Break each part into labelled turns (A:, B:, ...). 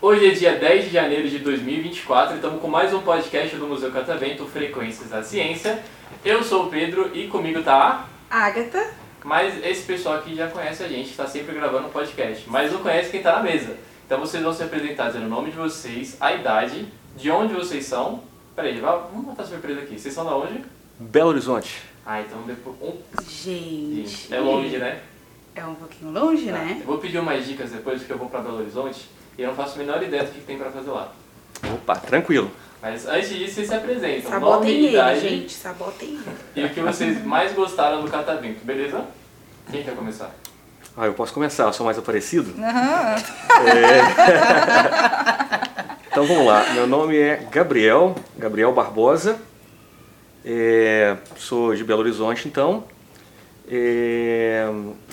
A: Hoje é dia 10 de janeiro de 2024 e estamos com mais um podcast do Museu Catavento, Frequências da Ciência. Eu sou o Pedro e comigo tá
B: Ágata.
A: a... Mas esse pessoal aqui já conhece a gente, está sempre gravando um podcast, mas não conhece quem está na mesa. Então vocês vão se apresentar dizendo o nome de vocês, a idade, de onde vocês são. Peraí, vá- vamos matar a surpresa aqui. Vocês são da onde?
C: Belo Horizonte.
A: Ah, então depois. Um...
B: Gente.
A: É longe, né?
B: É um pouquinho longe,
A: Tá.
B: né?
A: Eu vou pedir umas dicas depois, porque eu vou pra Belo Horizonte e eu não faço a menor ideia do que que tem pra fazer lá.
C: Opa, tranquilo.
A: Mas antes disso, vocês se apresentam. nome,
B: Sabotem ele,
A: um idade
B: Tá gente. Sabotem ele.
A: e o que vocês mais gostaram do Catavento, beleza? Quem quer começar?
C: Ah, eu posso começar, eu sou mais aparecido? É.
B: Aham.
C: Então vamos lá, meu nome é Gabriel, Gabriel Barbosa, É, sou de Belo Horizonte então, É,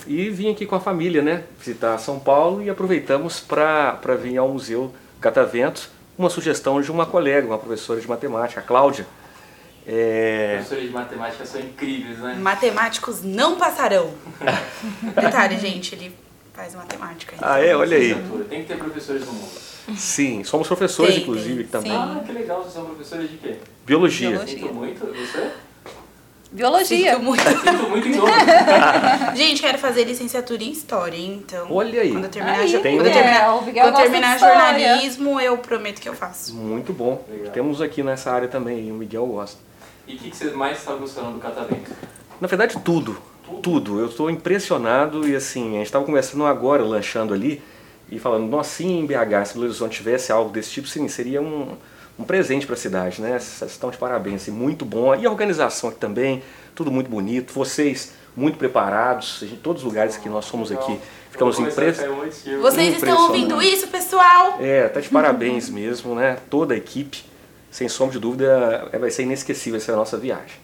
C: e vim aqui com a família, né, visitar São Paulo e aproveitamos para vir ao Museu Catavento, uma sugestão de uma colega, uma professora de matemática, a Cláudia. É,
A: Professores de matemática são incríveis, né?
B: Matemáticos não passarão. Detalhe, gente, ele faz matemática. então.
C: Ah é, olha aí.
A: Licenciatura. Tem que ter professores no mundo.
C: Sim, somos professores
B: Tem, tem,
C: inclusive também.
D: sim.
A: Ah, que legal, vocês são professores de quê?
C: Biologia.
D: Biologia.
A: Sinto muito, você?
D: Biologia.
B: Sinto muito.
A: Sinto muito em dobro.
B: Gente, quero fazer licenciatura em História, hein? então.
C: Olha aí.
B: Quando eu terminar,
D: Aí,
B: jo-
C: tem
B: quando eu
C: um-
B: terminar,
D: É, o Miguel
B: quando eu
D: gosta
B: terminar
D: de história.
B: jornalismo, eu prometo que eu faço.
C: Muito bom.
A: Legal.
C: Temos aqui nessa área também, o Miguel gosta.
A: E o que, que vocês mais estão gostando do Catavento?
C: Na verdade, tudo. Tudo. Eu estou impressionado e assim, a gente estava conversando agora, lanchando ali, e falando, nossa, se em BH, se Belo Horizonte tivesse algo desse tipo, sim, seria um, um presente para a cidade, né? Vocês estão de parabéns, assim, muito bom. E a organização aqui também, tudo muito bonito. Vocês muito preparados, em todos os lugares que nós somos aqui, ficamos impressionados.
A: um
B: Vocês estão ouvindo isso, pessoal?
C: É, tá de parabéns mesmo, né? Toda a equipe, sem sombra de dúvida, é- vai ser inesquecível essa nossa viagem.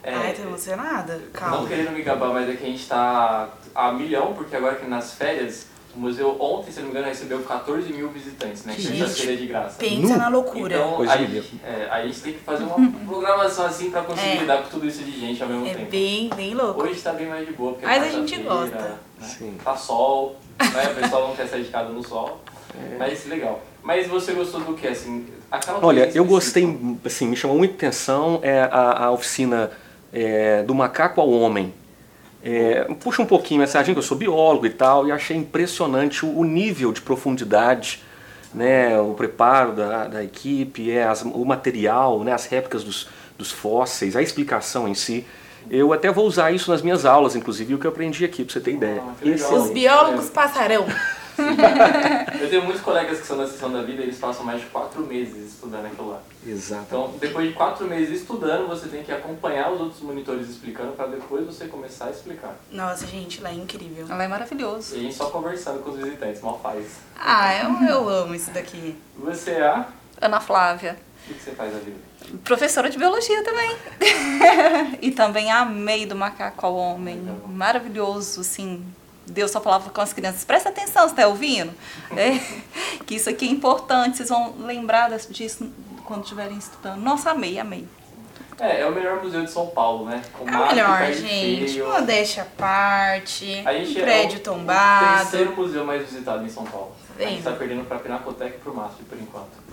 A: É,
B: Ai, tô emocionada.
A: Não
B: Calma.
A: querendo me gabar, mas é que a gente tá a milhão, porque agora que nas férias, o museu ontem, se não me engano, recebeu 14 mil visitantes, né?
B: Gente.
A: Quinta-feira de graça.
B: Pensa
C: Nu.
B: na loucura.
A: Então,
C: Coisa
A: a,
C: linda.
A: gente, é, a gente tem que fazer uma programação assim pra conseguir
B: Uhum. É.
A: lidar com tudo isso de gente ao mesmo
B: é
A: tempo.
B: bem, bem louco.
A: Hoje tá bem mais de boa, porque é
B: Mas a gente
A: quarta-feira,
B: gosta.
A: né?
C: Sim.
A: Tá sol, né? o pessoal não quer sair de casa no sol.
C: É.
A: Mas legal. Mas você gostou do que, assim? Aquela coisa
C: Olha, eu
A: específica?
C: gostei,
A: tipo.
C: assim, me chamou muito atenção é, a, a oficina é, do macaco ao homem. É, puxa um pouquinho essa gente, eu sou biólogo e tal, e achei impressionante o, o nível de profundidade, né, o preparo da, da equipe, é, as- o material, né, as réplicas dos, dos fósseis, a explicação em si. Eu até vou usar isso nas minhas aulas, inclusive, o que eu aprendi aqui, pra você ter ideia. é
A: Ah, que legal.
B: Os biólogos passarão.
A: Eu tenho muitos colegas que são da sessão da vida, eles passam mais de quatro meses estudando aquilo lá.
C: Exato.
A: Então, depois de quatro meses estudando, você tem que acompanhar os outros monitores explicando para depois você começar a explicar.
B: Nossa, gente, lá é incrível.
D: Ela é
A: E
D: maravilhoso.
A: a gente só conversando com os visitantes, mal faz.
B: Ah, eu, eu amo isso daqui.
A: Você é a...
D: Ana Flávia,
A: O que que você faz da vida?
D: professora de biologia também. e também amei do macaco ao homem.
A: Legal.
D: Maravilhoso, assim. Deus só falava com as crianças, presta atenção, você tá ouvindo? É, que isso aqui é importante, vocês vão lembrar das- disso quando estiverem estudando. Nossa, amei, amei.
A: É, é o melhor museu de São Paulo, né? O
B: É o
A: mar que
B: melhor,
A: perde
B: gente.
A: feio.
B: Modéstia à parte.
A: A gente
B: um
A: é
B: prédio
A: o- O
B: tombado.
A: terceiro museu mais visitado em São Paulo. A gente
B: Vendo.
A: tá perdendo pra Pinacoteca e pro MASP, por enquanto.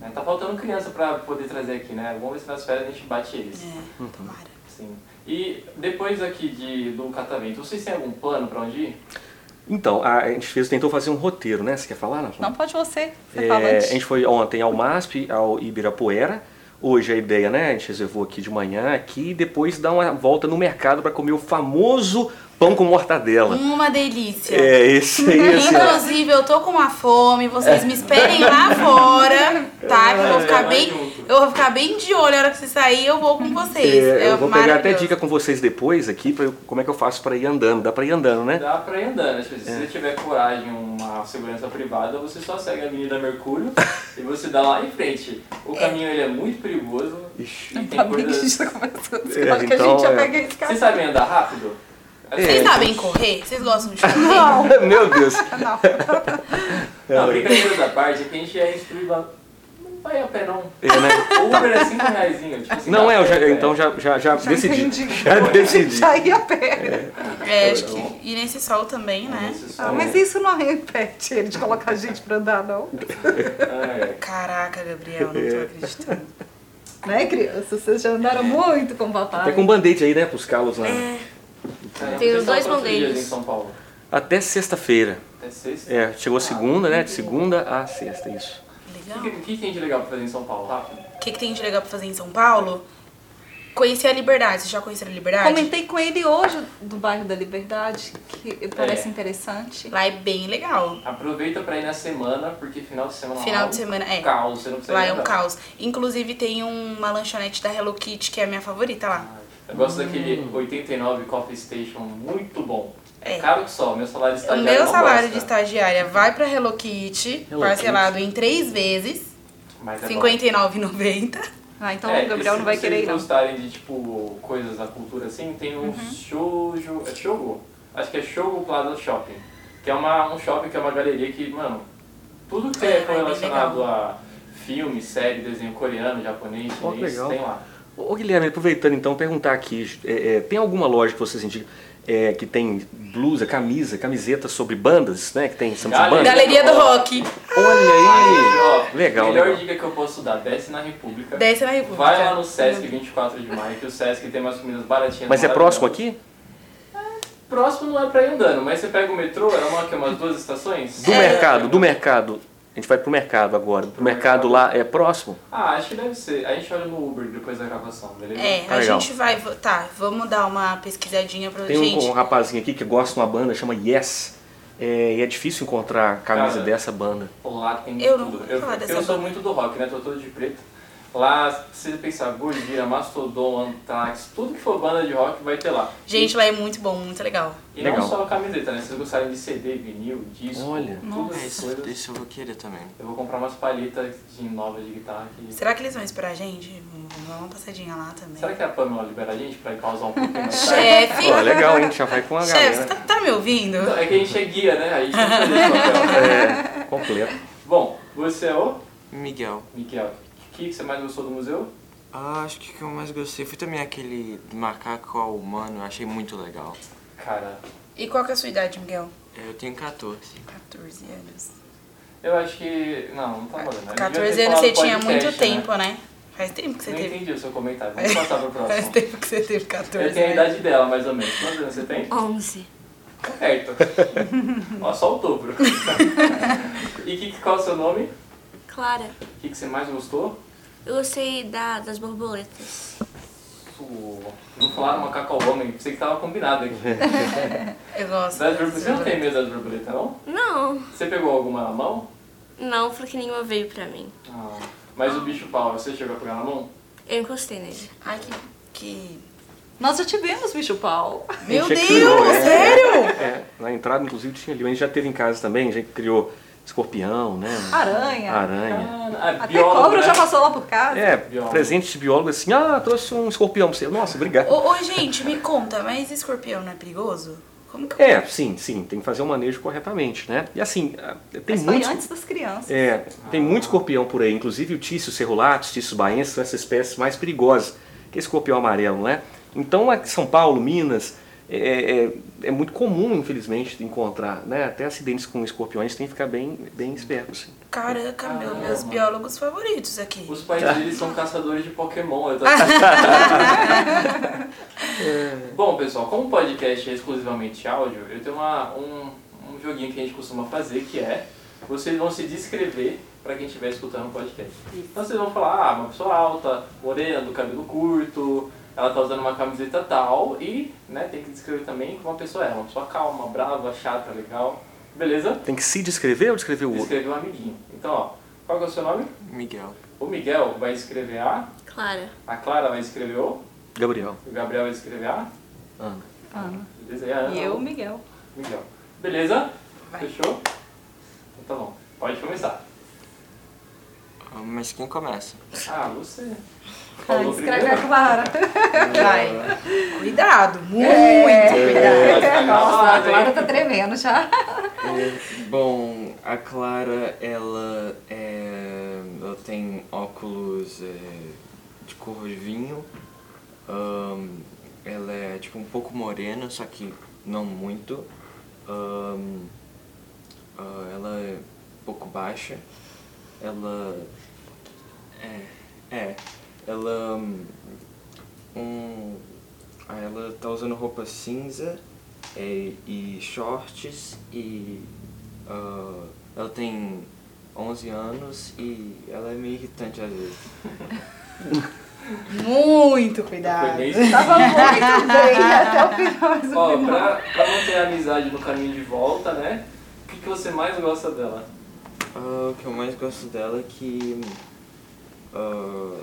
A: Né, Tá faltando criança pra poder trazer aqui, né? Vamos ver se nas férias a gente bate eles.
C: Uhum.
B: É, tomara.
A: Sim. E depois aqui de, do catavento, vocês têm algum plano pra onde ir?
C: Então, a gente fez, tentou fazer um roteiro, né? Você quer falar, Ana?
D: Não pode você, você
C: É,
D: fala
C: a
D: antes.
C: gente foi ontem ao MASP, ao Ibirapuera. Hoje a ideia, né? A gente reservou aqui de manhã aqui e depois dar uma volta no mercado para comer o famoso pão com
D: Hum,
C: mortadela.
B: Uma delícia.
C: É, esse aí, assim, ó.
B: Inclusive, eu tô com uma fome, vocês me esperem lá fora, tá? Que eu vou ficar
A: É,
B: bem.
A: vai junto.
B: Eu vou ficar bem de olho a hora que você sair, eu vou com vocês.
C: É,
B: É
C: eu vou pegar até
B: maravilhoso.
C: dica com vocês depois aqui, pra, eu- como é que eu faço para ir andando. Dá para ir andando, né?
A: Dá pra ir andando, acho que se você tiver coragem, uma segurança privada, você só segue a Avenida Mercúrio e você dá lá em frente. O caminho ele é muito perigoso
C: Ixi.
A: e tem
D: Ainda bem que a
A: coisas...
D: gente tá conversando,
C: É,
D: eu acho que a
C: então,
D: gente já
C: é.
D: pega esse
A: Vocês
D: cara.
A: sabem andar rápido?
B: Vocês
C: É,
B: sabem correr? Vocês gostam de correr?
C: Meu Deus.
A: Não, brincadeiras à parte, é que a gente é instruído a não Vai a pé não.
C: É, né?
A: O Uber é 5 reais. Tipo assim,
C: Não
A: dá
C: é, eu já-
A: pé,
C: então já, já, já decidi.
D: entendi.
C: Já decidi.
D: Já ia a pé.
B: É, acho que. E nesse sol também, né?
A: Esse sol.
C: É.
D: Ah, mas isso não impede ele de colocar a gente pra andar, não.
B: um.
A: É.
B: Caraca, Gabriel, não tô acreditando.
D: Né, criança? Vocês já andaram muito com o papai.
C: Até com band-aid aí, né? Pros calos lá.
A: É,
E: Tem os
A: vocês
E: dois
A: estão quantos dias
E: mangueiros.
A: em São Paulo.
C: Até sexta-feira.
A: Até sexta.
C: É, chegou segunda, né? De segunda a sexta, isso.
A: O
B: Legal.
A: que, o que tem de legal pra fazer em São Paulo, rápido?
B: O que, que tem de legal pra fazer em São Paulo? Conhecer a liberdade. Vocês já conheceram a liberdade?
D: Comentei com ele hoje do bairro da Liberdade, que parece
A: É.
D: interessante.
B: Lá é bem legal.
A: Aproveita pra ir na semana, porque final de semana lá
B: Final
A: é um
B: de semana, é.
A: caos, você não precisa
B: Lá
A: ir
B: é um
A: andar.
B: caos. Inclusive tem uma lanchonete da Hello Kitty que é a minha favorita lá.
A: Ah, Eu gosto daquele 89 Coffee Station, muito bom. É
B: É.
A: caro que só, meu salário de
B: O
A: estagiário
B: meu
A: não
B: salário de
A: gosta,
B: estagiária vai pra Hello Kitty,
C: Hello
B: parcelado em três vezes,
A: mas é
B: R$
A: bom.
B: 59,90.
D: Ah, então
A: É,
D: o Gabriel
A: e
D: não vai
A: se
D: querer ir,
A: vocês
D: não. Uhum.
A: gostarem de, tipo, coisas da cultura assim, tem um Shoujo... É Shogo? Acho que é Shogo Plaza Shopping. Que é uma, um shopping que é uma galeria que, mano, tudo
D: Ah,
A: que
B: É,
A: é
B: bem
A: relacionado a filme, série, desenho coreano, japonês,
C: Ó, que
A: chinês,
C: legal.
A: tem lá.
C: Ô Guilherme, aproveitando então, perguntar aqui, é, é, tem alguma loja que vocês indicam é, que tem blusa, camisa, camiseta sobre bandas, né? Que tem Samsung
A: Galera.
C: Banda?
B: Galeria do Rock.
C: Olha aí!
A: Ó,
C: Legal,
A: melhor
C: legal.
A: dica que eu posso dar, desce na República.
B: Desce na República.
A: Vai lá no Sesc 24 de maio, que o Sesc tem umas comidas baratinhas.
C: Mas é
A: maravilhosas.
C: próximo aqui?
A: Próximo não é pra ir andando, mas você pega o metrô, era uma, que, é umas duas estações? É.
C: Do mercado, do mercado. A gente vai pro mercado agora. O mercado lá é próximo?
A: Ah, acho que deve ser. A gente olha no Uber depois da gravação, beleza?
B: É,
C: Tá
B: a
C: legal.
B: gente vai. vo- Tá, vamos dar uma pesquisadinha pra
C: Tem um,
B: gente.
C: um rapazinho aqui que gosta de uma banda, chama Yes. É, e é difícil encontrar camisa
A: Cara.
C: dessa banda.
A: Lá tem
B: Eu não
A: tudo.
B: vou
A: Eu,
B: falar dessa
A: eu sou
B: banda.
A: muito do rock, né? Tô todo de preto. Lá, se você pensar, Gojira, Mastodon, Anthrax, tudo que for banda de rock vai ter lá.
B: Gente, lá é muito bom, muito legal.
A: E
C: Legal.
A: não só a camiseta, né? Se vocês gostarem de CD, vinil, disco,
C: Olha.
A: tudo
E: É,
A: essas
E: isso,
A: coisas.
E: isso eu vou querer é também.
A: Eu vou comprar umas palhetas de novas de guitarra que...
B: Será que eles vão esperar a gente? Vamos dar uma passadinha lá também.
A: Será que a Pamela libera a gente pra ir causar um pouquinho mais tarde?
B: Chefe!
C: Ó, legal, hein? Já vai com a
B: Chefe, você
C: galera
B: tá, tá me ouvindo?
A: Não, É que a gente é guia, né? A gente não faz esse papel.
C: É, completa.
A: Bom, você é o
E: Miguel,
A: Miguel. O que você mais gostou do museu?
E: ah, acho que o que eu mais gostei foi também aquele do macaco ao humano, eu achei muito legal.
A: Cara,
B: E qual que é a sua idade, Miguel?
E: Eu tenho 14.
B: 14 anos.
A: eu acho que... Não, não tá valendo. Eu devia ter
B: 14 É, anos
A: falado
B: você tinha
A: podcast,
B: muito tempo, né? Faz tempo que você
A: Não
B: teve.
A: entendi o seu comentário. Vamos passar pro
B: Faz
A: próximo.
B: tempo que você teve 14
A: Eu tenho a
B: né?
A: idade dela, mais ou menos. Quantos anos você tem?
E: 11.
A: Perto. Ó, só o dobro. E que, qual é o seu nome?
F: Clara,
A: O que, que você mais gostou?
F: eu gostei da, das borboletas.
A: Su- Não falaram macaco ao homem. Pensei que tava combinado aqui.
B: É. Eu gosto.
A: Das borboletas. Você não tem medo das borboletas, não?
F: Não,
A: Você pegou alguma na mão?
F: não, porque nenhuma veio pra mim.
A: Ah, mas o bicho pau, você chegou a pegar na mão?
F: Eu encostei nele.
B: Ai, que... que...
D: Nós já tivemos bicho pau.
A: Hum.
B: Meu
C: A gente
B: Deus,
C: já criou, é.
B: sério?
C: É, na entrada, inclusive, tinha ali. A gente já teve em casa também, a gente criou escorpião, né?
D: Aranha.
C: Aranha.
A: Ah,
D: Até
A: biólogo,
D: cobra
A: né?
D: já passou lá por casa.
C: É,
A: Biólogo.
C: presente de biólogo assim, ah, trouxe um escorpião pra você. Nossa, obrigado.
B: Ô, ô, gente, me conta, mas escorpião não é perigoso? Como que eu...
C: É, sim, sim, tem que fazer o manejo corretamente, né? E assim, ah, tem
D: Mas foi
C: muitos.
D: antes das crianças.
C: É, tem muito escorpião por aí, inclusive o tício cerulatus, tício baense são essas espécies mais perigosas, que é escorpião amarelo, não é? Então, aqui em São Paulo, Minas, é, é- é muito comum, infelizmente, de encontrar, né? Até acidentes com escorpiões tem que ficar bem, bem esperto, assim.
B: Caraca, meu,
A: Caramba.
B: meus biólogos favoritos aqui.
A: Os pais deles são caçadores de Pokémon. eu tô- Bom, pessoal, como o podcast é exclusivamente áudio, eu tenho uma- um, um joguinho que a gente costuma fazer que é vocês vão se descrever para quem estiver escutando o podcast. Então vocês vão falar, ah, uma pessoa alta, morena, do cabelo curto, ela tá usando uma camiseta tal e né, tem que descrever também como uma pessoa é, uma pessoa calma, brava, chata, legal. Beleza?
C: Tem que se descrever ou descrever o outro?
A: Descreve um amiguinho. Então, ó, qual que é o seu nome?
E: Miguel,
A: O Miguel vai escrever A,
F: Clara,
A: a Clara vai escrever O,
C: Gabriel.
A: o Gabriel vai escrever A,
C: Ana.
D: Ana.
A: beleza? E a Ana,
D: E eu, Miguel.
A: o Miguel. Beleza?
B: Vai.
A: Fechou? Então tá bom, pode começar.
E: Ah, mas quem começa?
A: Ah, você.
D: Ah,
A: Falou
D: escreve a
A: primeiro.
D: Clara.
B: Vai. Cuidado, muito cuidado.
A: É, Vai ficar
D: Nossa, a
A: calado,
D: Clara
A: hein?
D: tá tremendo já.
A: Ah.
E: Bom, a Clara, ela é. Ela tem óculos é, de cor de vinho. Ahn, ela é tipo um pouco morena, só que não muito. Ahn, ah, ela é um pouco baixa. Ela. É. É. Ela. hum, Um, ah, ela tá usando roupa cinza é, e shorts e. ah, ela tem 11 anos e ela é meio irritante às vezes.
G: Muito
A: Foi
G: cuidado.
A: bem isso.
D: Tava muito bem até o final. mas o
A: Ó,
D: final-
A: pra, pra manter a amizade no caminho de volta, né? O que, que você mais gosta dela?
E: Ah, o que eu mais gosto dela é que. ah,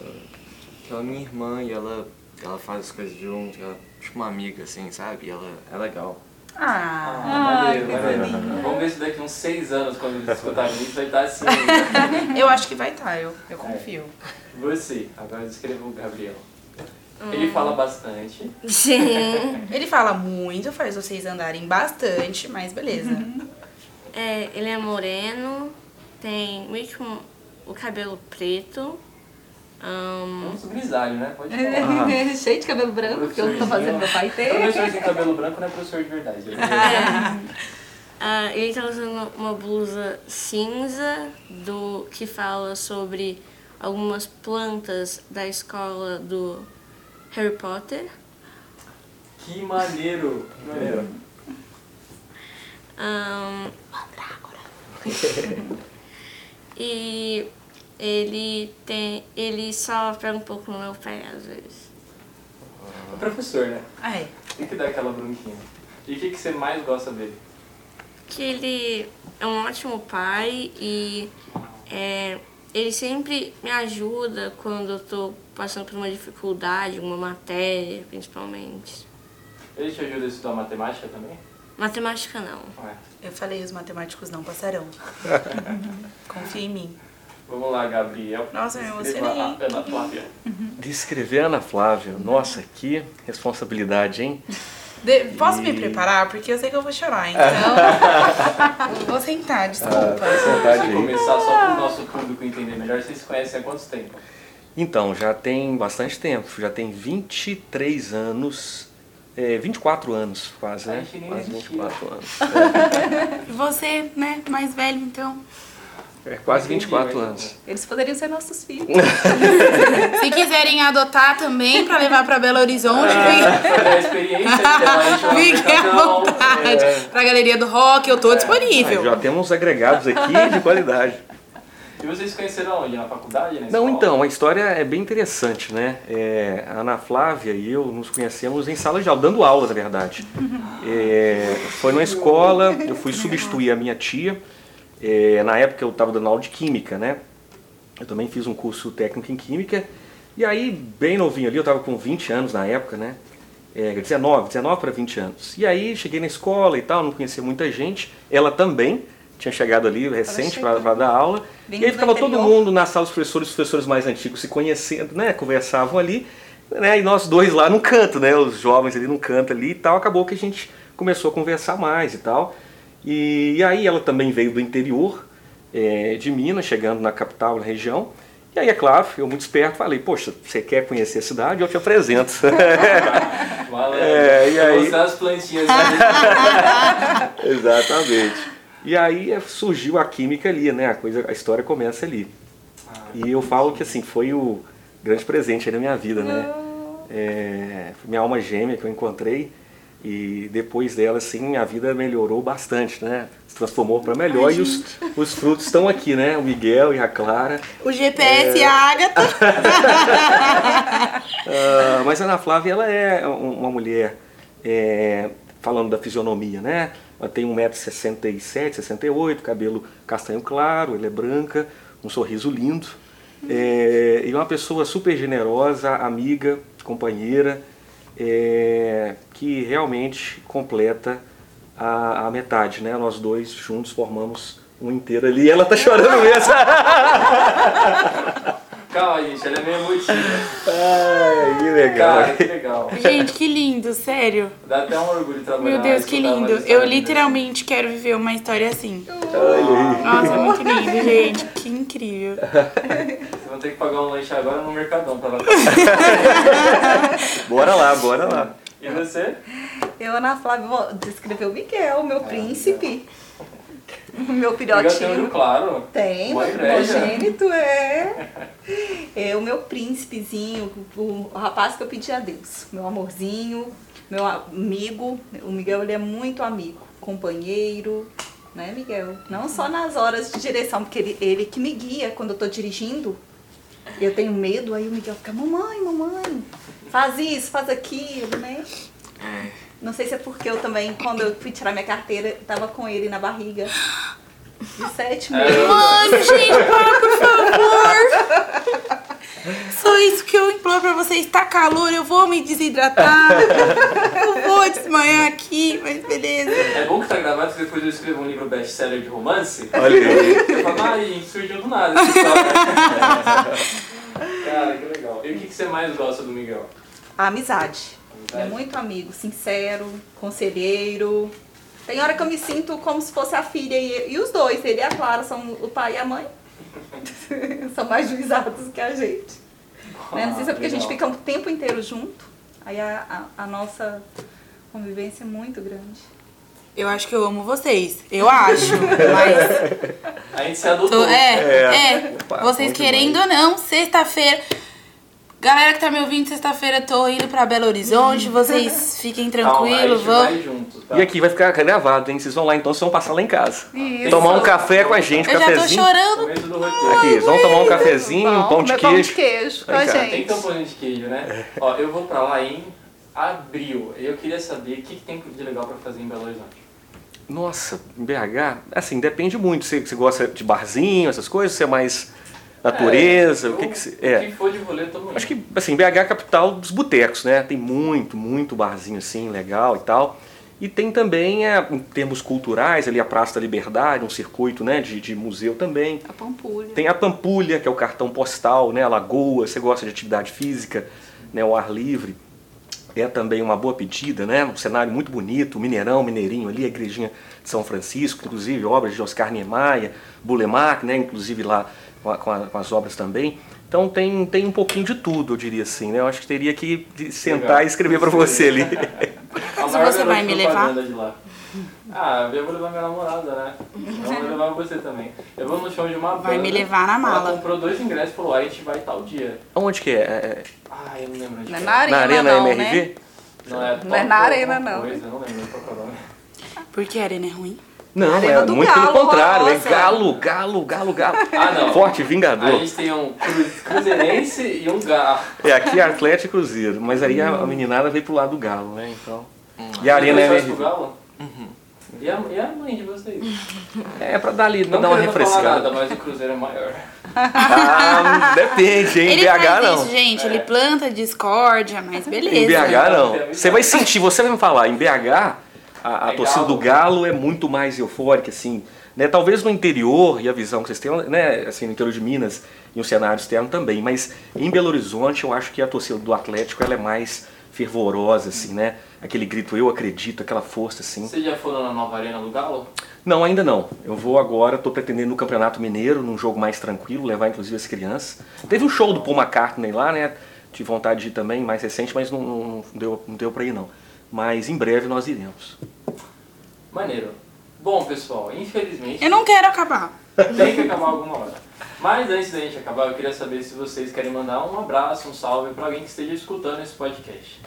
E: que ela é minha irmã e ela, ela faz as coisas junto, ela é tipo uma amiga, assim, sabe? E ela é legal.
B: Ah,
A: valeu, valeu. Vamos ver se daqui uns seis anos, quando eles escutarem isso, vai estar assim.
B: eu acho que vai estar, eu, eu confio.
A: Você, agora descreva o Gabriel.
B: Hum.
A: Ele fala bastante.
F: Sim.
G: É.
B: Ele fala muito, faz vocês andarem bastante, mas beleza.
G: Uhum.
F: É, ele é moreno, tem meio que um- o cabelo preto. ahn,
A: Vamos grisalho, né? Pode falar.
D: É, Cheio de cabelo branco, que eu não tô fazendo meu
B: É.
D: pai
A: Eu
D: ter.
A: não sou de cabelo branco, não é professor de verdade.
F: ah, ele tá usando uma blusa cinza do que fala sobre algumas plantas da escola do Harry Potter.
A: Que maneiro! Que maneiro.
F: Ahn, e ele tem. ele sopra um pouco no meu pé às vezes.
A: É professor, né?
B: Ah, é.
A: Tem que dar aquela bronquinha. E o que, que você mais gosta dele?
F: que ele é um ótimo pai e é, ele sempre me ajuda quando eu tô passando por uma dificuldade, uma matéria, principalmente.
A: Ele te ajuda a estudar matemática também?
F: Matemática não.
A: É.
B: Eu falei, os matemáticos não passarão. Confia em mim.
A: Vamos lá, Gabriel.
B: Nossa, eu
A: Escreva
B: emocionei. Uhum.
A: a Ana Flávia.
C: Descrever a Ana Flávia, nossa, que responsabilidade, hein?
B: De- posso me preparar? Porque eu sei que eu vou chorar, então. eu vou sentar, desculpa.
A: Pra começar só para o nosso público entender melhor, vocês se conhecem há quanto tempo?
C: Então, já tem bastante tempo, já tem 23 anos, é, 24 anos quase,
A: A
C: né?
A: gente nem
C: Quase
A: existia.
C: 24 anos.
B: Você, né, mais velho, então.
C: É quase
A: Entendi,
C: 24
A: mas-
C: anos.
D: Eles poderiam ser nossos filhos.
B: Se quiserem adotar também pra levar pra Belo Horizonte, fiquem-
A: Foi da é experiência que ela encheu
B: fiquem à
A: a boca, então,
B: vontade. Pra galeria do rock, eu tô
C: Ah,
B: disponível.
C: já temos agregados aqui de qualidade.
A: é. E vocês se conheceram onde? Na faculdade? Na
C: Não,
A: escola?
C: então, a história é bem interessante, né? É, a Ana Flávia e eu nos conhecemos em sala de aula, dando aula, na verdade. É, foi numa escola, eu fui substituir a minha tia. É, na época eu estava dando aula de química, né? Eu também fiz um curso técnico em química. E aí, bem novinho ali, eu estava com 20 anos na época, né? É, 19, 19 para 20 anos. E aí cheguei na escola e tal, não conhecia muita gente. Ela também tinha chegado ali recente
D: chegando.
C: para dar aula.
D: Vindo
C: e aí
D: do
C: ficava todo
D: interior.
C: mundo na sala, os professores, os professores mais antigos se conhecendo, né? Conversavam ali, né? E nós dois lá num canto, né? Os jovens ali num canto ali e tal. Acabou que a gente começou a conversar mais e tal. E, e aí ela também veio do interior eh, de Minas, chegando na capital, na região. E aí, é claro, eu muito esperto falei, poxa, você quer conhecer a cidade? Eu te apresento.
A: Malandro.
C: É, e aí?
A: Mostrar as plantinhas. né?
C: Exatamente. E aí é, surgiu a química ali, né? A, coisa, a história começa ali. E eu falo que assim, foi o grande presente aí da minha vida, né? É, foi minha alma gêmea que eu encontrei. E depois dela, assim, minha vida melhorou bastante, né? Se transformou para melhor e os, os frutos estão aqui, né? O Miguel e a Clara.
B: O GPS e a Agatha.
C: Ah, mas a Ana Flávia, ela é um- uma mulher, é, falando da fisionomia, né? Ela tem 1,67m, 68 cabelo castanho claro, ela é branca, um sorriso lindo. É, e é uma pessoa super generosa, amiga, companheira, é, que realmente completa a, a metade, né? Nós dois juntos formamos um inteiro ali. Ela tá chorando mesmo.
A: Calma, gente, ela é meio emotiva.
C: Ai, que legal.
A: Cara, que legal.
G: Gente, que lindo, sério.
A: Dá até um orgulho trabalhar.
G: Meu Deus, que
A: escutar umas
G: lindo. Eu
A: histórias
G: literalmente quero viver uma história assim.
C: Olha aí.
G: Nossa, é muito lindo, gente. Que incrível.
A: dessas. Vocês vão ter que pagar um lanche agora no Mercadão pra lá.
C: Bora lá, bora lá.
A: E você?
D: Eu, Ana Flávia, vou descrever o Miguel, o meu príncipe. O meu
A: É, Miguel tem um olho
D: filhotinho.
A: claro.
D: Tem,
A: Uma
D: meu
A: inveja.
D: primogênito, é. É o meu príncipezinho, o o rapaz que eu pedi a Deus. Meu amorzinho, meu amigo. O Miguel, ele é muito amigo, companheiro, né, Miguel? Não só nas horas de direção, porque ele, ele que me guia quando eu tô dirigindo. E Eu tenho medo, aí o Miguel fica, mamãe, mamãe, faz isso, faz aquilo, né? Não sei se é porque eu também, quando eu fui tirar minha carteira, eu tava com ele na barriga. De sete meses.
G: Mano, gente, para, por favor. Só isso que eu imploro pra vocês. Tá calor, eu vou me desidratar. Eu vou desmaiar aqui, mas beleza.
A: É bom que tá gravado, porque depois eu escrevo um livro best-seller de romance.
C: Olha aí.
A: Eu falo, ai, gente, surgiu do nada essa história. Cara, que legal. E o que que você mais gosta do Miguel?
D: A amizade.
A: Amizade.
D: É muito amigo, sincero, conselheiro. Tem hora que eu me sinto como se fosse a filha e, e os dois, ele e a Clara, são o pai e a mãe. são mais juizados que a gente. né? Não sei se é porque a gente
A: Legal.
D: fica o tempo inteiro junto. Aí a, a- a nossa convivência é muito grande.
G: Eu acho que eu amo vocês. Eu acho. Mas.
A: A gente se adotou.
G: Tô- é, é.
C: Opa,
G: vocês
C: bom
G: querendo ou não, sexta-feira. Galera que tá me ouvindo, sexta-feira eu tô indo pra Belo Horizonte. Vocês fiquem
A: Calma, a
G: tranquilos,
A: gente
G: vão.
A: vai junto, tá?
C: E aqui vai ficar gravado, hein? Vocês vão lá então, vocês vão passar lá em casa.
A: Tem
C: Tomar um
A: só-
C: café com a gente, um
G: Eu já tô
C: cafezinho.
G: chorando.
A: Começo do roteiro.
C: Aqui, vocês vão tomar um cafezinho, um pão de
H: Meu pão de
C: queijo.
H: queijo com a
C: Vem cá,
A: Tem
H: gente.
A: tamponha de queijo, né?
C: É.
A: Ó, eu vou pra lá em abril. Eu queria saber o que, que tem de legal pra fazer em Belo Horizonte.
C: Nossa, BH, assim, depende muito. Você, você gosta de barzinho, essas coisas? Você é mais natureza?
A: É,
C: o que
A: eu-
C: que você.
A: O
C: É.
A: que for de rolê, eu tô muito.
C: Acho que, assim, BH é a capital dos botecos, né? Tem muito, muito barzinho, assim, legal e tal. E tem também, é, em termos culturais, ali a Praça da Liberdade, um circuito, né, de, de museu também.
D: A Pampulha.
C: Tem a Pampulha, que é o cartão postal, né? A Lagoa, você gosta de atividade física, né? O ar livre. É também uma boa pedida, né? Um cenário muito bonito, o Mineirão, o Mineirinho ali, a igrejinha de São Francisco, inclusive obras de Oscar Niemeyer, Bulemark, né? Inclusive lá com, a- com a- com as obras também. Então tem, tem um pouquinho de tudo, eu diria assim, né? Eu acho que teria que de- sentar
A: Legal.
C: e escrever para você ali.
A: A
G: Se
A: maior
G: você vai
A: garota
G: me
A: propaganda de lá. Ah, eu vou levar minha namorada, né? Então eu vou levar você também. Eu vou no show de uma banda.
G: Vai me levar na mala.
A: Ela comprou dois ingressos e falou, "Ah, a gente vai tal dia.
C: Onde que é? é?
A: Ah, eu não lembro onde
D: Não é
A: foi.
D: na
C: é- Na
D: arena,
C: Arena
D: não,
C: MRV?
D: né?
A: Não é,
D: Não é
A: Top
D: na arena,
A: alguma
D: não.
A: Coisa, eu não lembro qual que é o nome.
G: Porque a arena é ruim.
C: Não,
D: Arena
C: é
D: do
C: muito
D: Galo,
C: pelo contrário. É
D: nossa.
C: galo, galo, galo, galo.
A: Ah, não.
C: Forte
A: A
C: Vingador.
A: gente tem um cru- cruzeirense e um gar.
C: É, aqui é Atlético e Cruzeiro, mas aí a, a meninada veio pro lado do Galo, né? Então.
A: Hum.
C: E a Arena é
A: Vocês torcem pro
C: MRV.
A: Galo? E a, e a mãe de vocês?
C: É pra dar ali,
A: Não
C: dar uma
A: querendo falar
C: refrescada.
A: nada, mas o Cruzeiro é maior.
C: Ah, depende, hein? Em
G: Ele
C: BH
G: faz
C: não.
G: isso, gente. Ele planta discórdia, mas
C: Em
G: beleza.
C: BH
A: Tem
C: não. Você vai sentir, você vai me falar, em BH a, a
A: É
C: torcida
A: galo.
C: do Galo é muito mais eufórica, assim. Né? Talvez no interior, e a visão que vocês têm, né? Assim, no interior de Minas e um cenário externo também, mas em Belo Horizonte eu acho que a torcida do Atlético ela é mais fervorosa, assim, né? Aquele grito, eu acredito, aquela força, assim.
A: Vocês já foram na nova arena do Galo?
C: Não, ainda não. Eu vou agora, tô pretendendo no Campeonato Mineiro, num jogo mais tranquilo, levar inclusive as crianças. Teve um show do Paul McCartney lá, né? Tive vontade de ir também, mais recente, mas não, não- não deu, não deu pra ir não. Mas em breve nós iremos.
A: Maneiro. Bom, pessoal, infelizmente.
G: Eu não quero acabar.
A: Tem que acabar alguma hora. Mas antes da gente acabar, eu queria saber se vocês querem mandar um abraço, um salve pra alguém que esteja escutando esse podcast.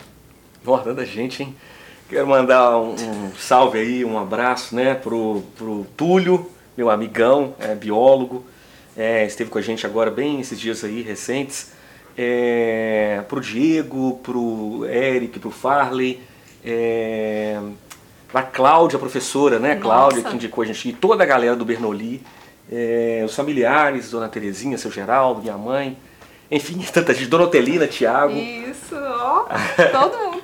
C: Nossa, da gente, hein? Quero mandar um, um salve aí, um abraço, né, pro, pro Túlio, meu amigão, é, biólogo, é, esteve com a gente agora bem esses dias aí recentes. É, pro Diego, pro Eric, pro Farley, é, pra Cláudia, professora, né, Cláudia, que indicou a gente, e toda a galera do Bernoli, é, os familiares, Dona Terezinha, seu Geraldo, minha mãe, enfim, tanta gente, Dona Otelina, Tiago,
D: né? Isso, ó. Todo mundo.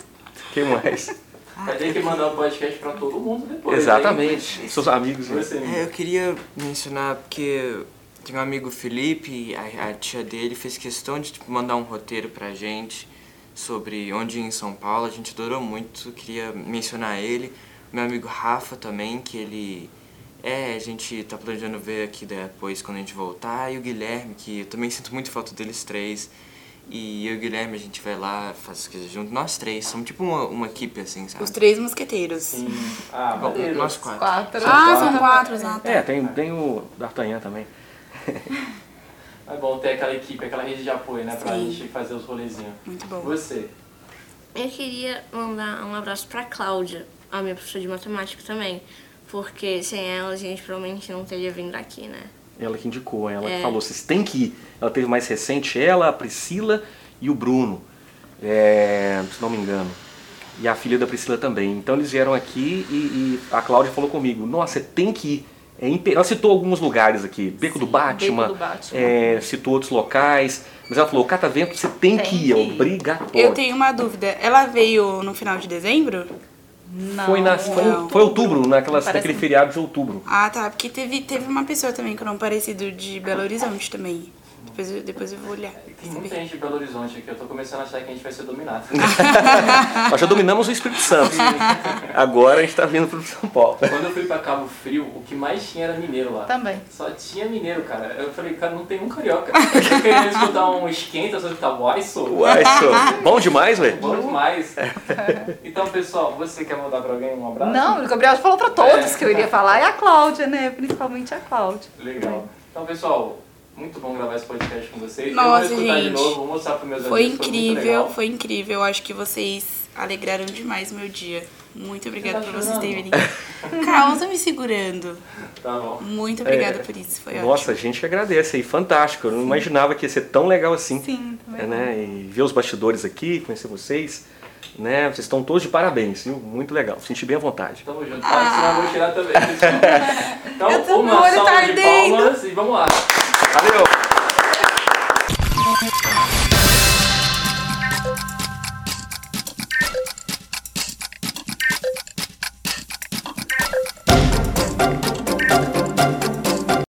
C: quem mais?
A: Vai ter que mandar o podcast pra todo mundo depois.
C: Exatamente. Seus amigos. né?
A: Hein? Você,
E: É, eu queria mencionar porque Tem um amigo Felipe, a, a tia dele fez questão de tipo, mandar um roteiro pra gente sobre onde ir em São Paulo. A gente adorou muito, queria mencionar ele. Meu amigo Rafa também, que ele. É, a gente tá planejando ver aqui depois quando a gente voltar. E o Guilherme, que eu também sinto muito falta deles três. E eu e o Guilherme, a gente vai lá, faz as coisas junto. Nós três, somos tipo uma, uma equipe assim, sabe?
G: Os três mosqueteiros.
A: Sim. Ah,
E: Bom,
A: maneiro.
E: Nós quatro.
D: Quatro.
G: Ah, são quatro, exato.
C: É, tem, tem o D'Artagnan também.
A: É bom ter aquela equipe, aquela rede de apoio, né? Pra
G: Sim.
A: gente fazer os rolezinhos.
G: Muito bom.
A: Você.
F: Eu queria mandar um abraço pra Cláudia, a minha professora de matemática também. Porque sem ela a gente provavelmente não teria vindo aqui, né?
C: Ela que indicou, ela que
F: É.
C: falou, vocês têm que ir. Ela teve mais recente, ela, a Priscila e o Bruno. É, se não me engano. E a filha da Priscila também. Então eles vieram aqui e, e a Cláudia falou comigo, nossa, você tem que ir. É impe- ela citou alguns lugares aqui, Beco do Batman,
D: Beco do Batman.
C: é, citou outros locais, mas ela falou, Catavento, você tem,
D: Tem
C: que ir, é
D: que ir.
C: obrigatório.
G: Eu tenho uma dúvida. Ela veio no final de dezembro?
D: Não.
C: Foi, na, foi,
G: não.
C: foi outubro, né, naquelas,
D: Parece-
C: naquele feriado de outubro.
G: Ah, tá. Porque teve, teve uma pessoa também com nome parecido de Belo Horizonte também. Depois, eu- depois eu vou olhar.
A: Tem muita gente de Belo Horizonte aqui, eu tô começando a achar que a gente vai ser dominado.
C: Nós já dominamos o Espírito Santo. Agora a gente tá vindo pro São Paulo.
A: Quando eu fui pra Cabo Frio, o que mais tinha era mineiro lá.
G: Tá.
D: Também.
A: Só tinha mineiro, cara. Eu falei, cara, não tem um carioca. Eu queria escutar um esquenta, só que tá uai, sou.
C: Uai, só. Bom demais, velho.
A: Bom demais.
G: É.
A: Então, pessoal, você quer mandar pra alguém um abraço?
D: Não, o Gabriel já falou pra todos que eu iria falar. E a Cláudia, né? Principalmente a Cláudia.
A: Legal. Então, pessoal, muito bom gravar esse podcast com vocês.
G: Nossa,
A: eu vou escutar de
G: gente.
A: novo, vou mostrar pros meus
G: Foi
A: amigos. Foi muito
G: incrível,
A: legal.
G: foi incrível. Eu acho que vocês alegraram demais o meu dia. Muito obrigada
A: Você tá
G: por vocês
A: chorando?
G: terem vindo. Calma, tá me segurando.
A: Tá bom.
G: Muito obrigada por isso. Foi ótimo.
C: É. Nossa, a gente que agradece aí, fantástico. Eu não imaginava que ia ser tão legal assim.
D: Sim,
C: É,
D: também.
C: né? E ver os bastidores aqui, conhecer vocês. Né? Vocês estão todos de parabéns, viu? Muito legal. Senti bem à vontade.
A: Tamo junto. Tá, senão eu vou tirar também, pessoal. Então,
G: Eu tô-
A: uma
G: meu olho tá
A: salva de
G: ardendo.
A: palmas e vamos lá.
C: Valeu!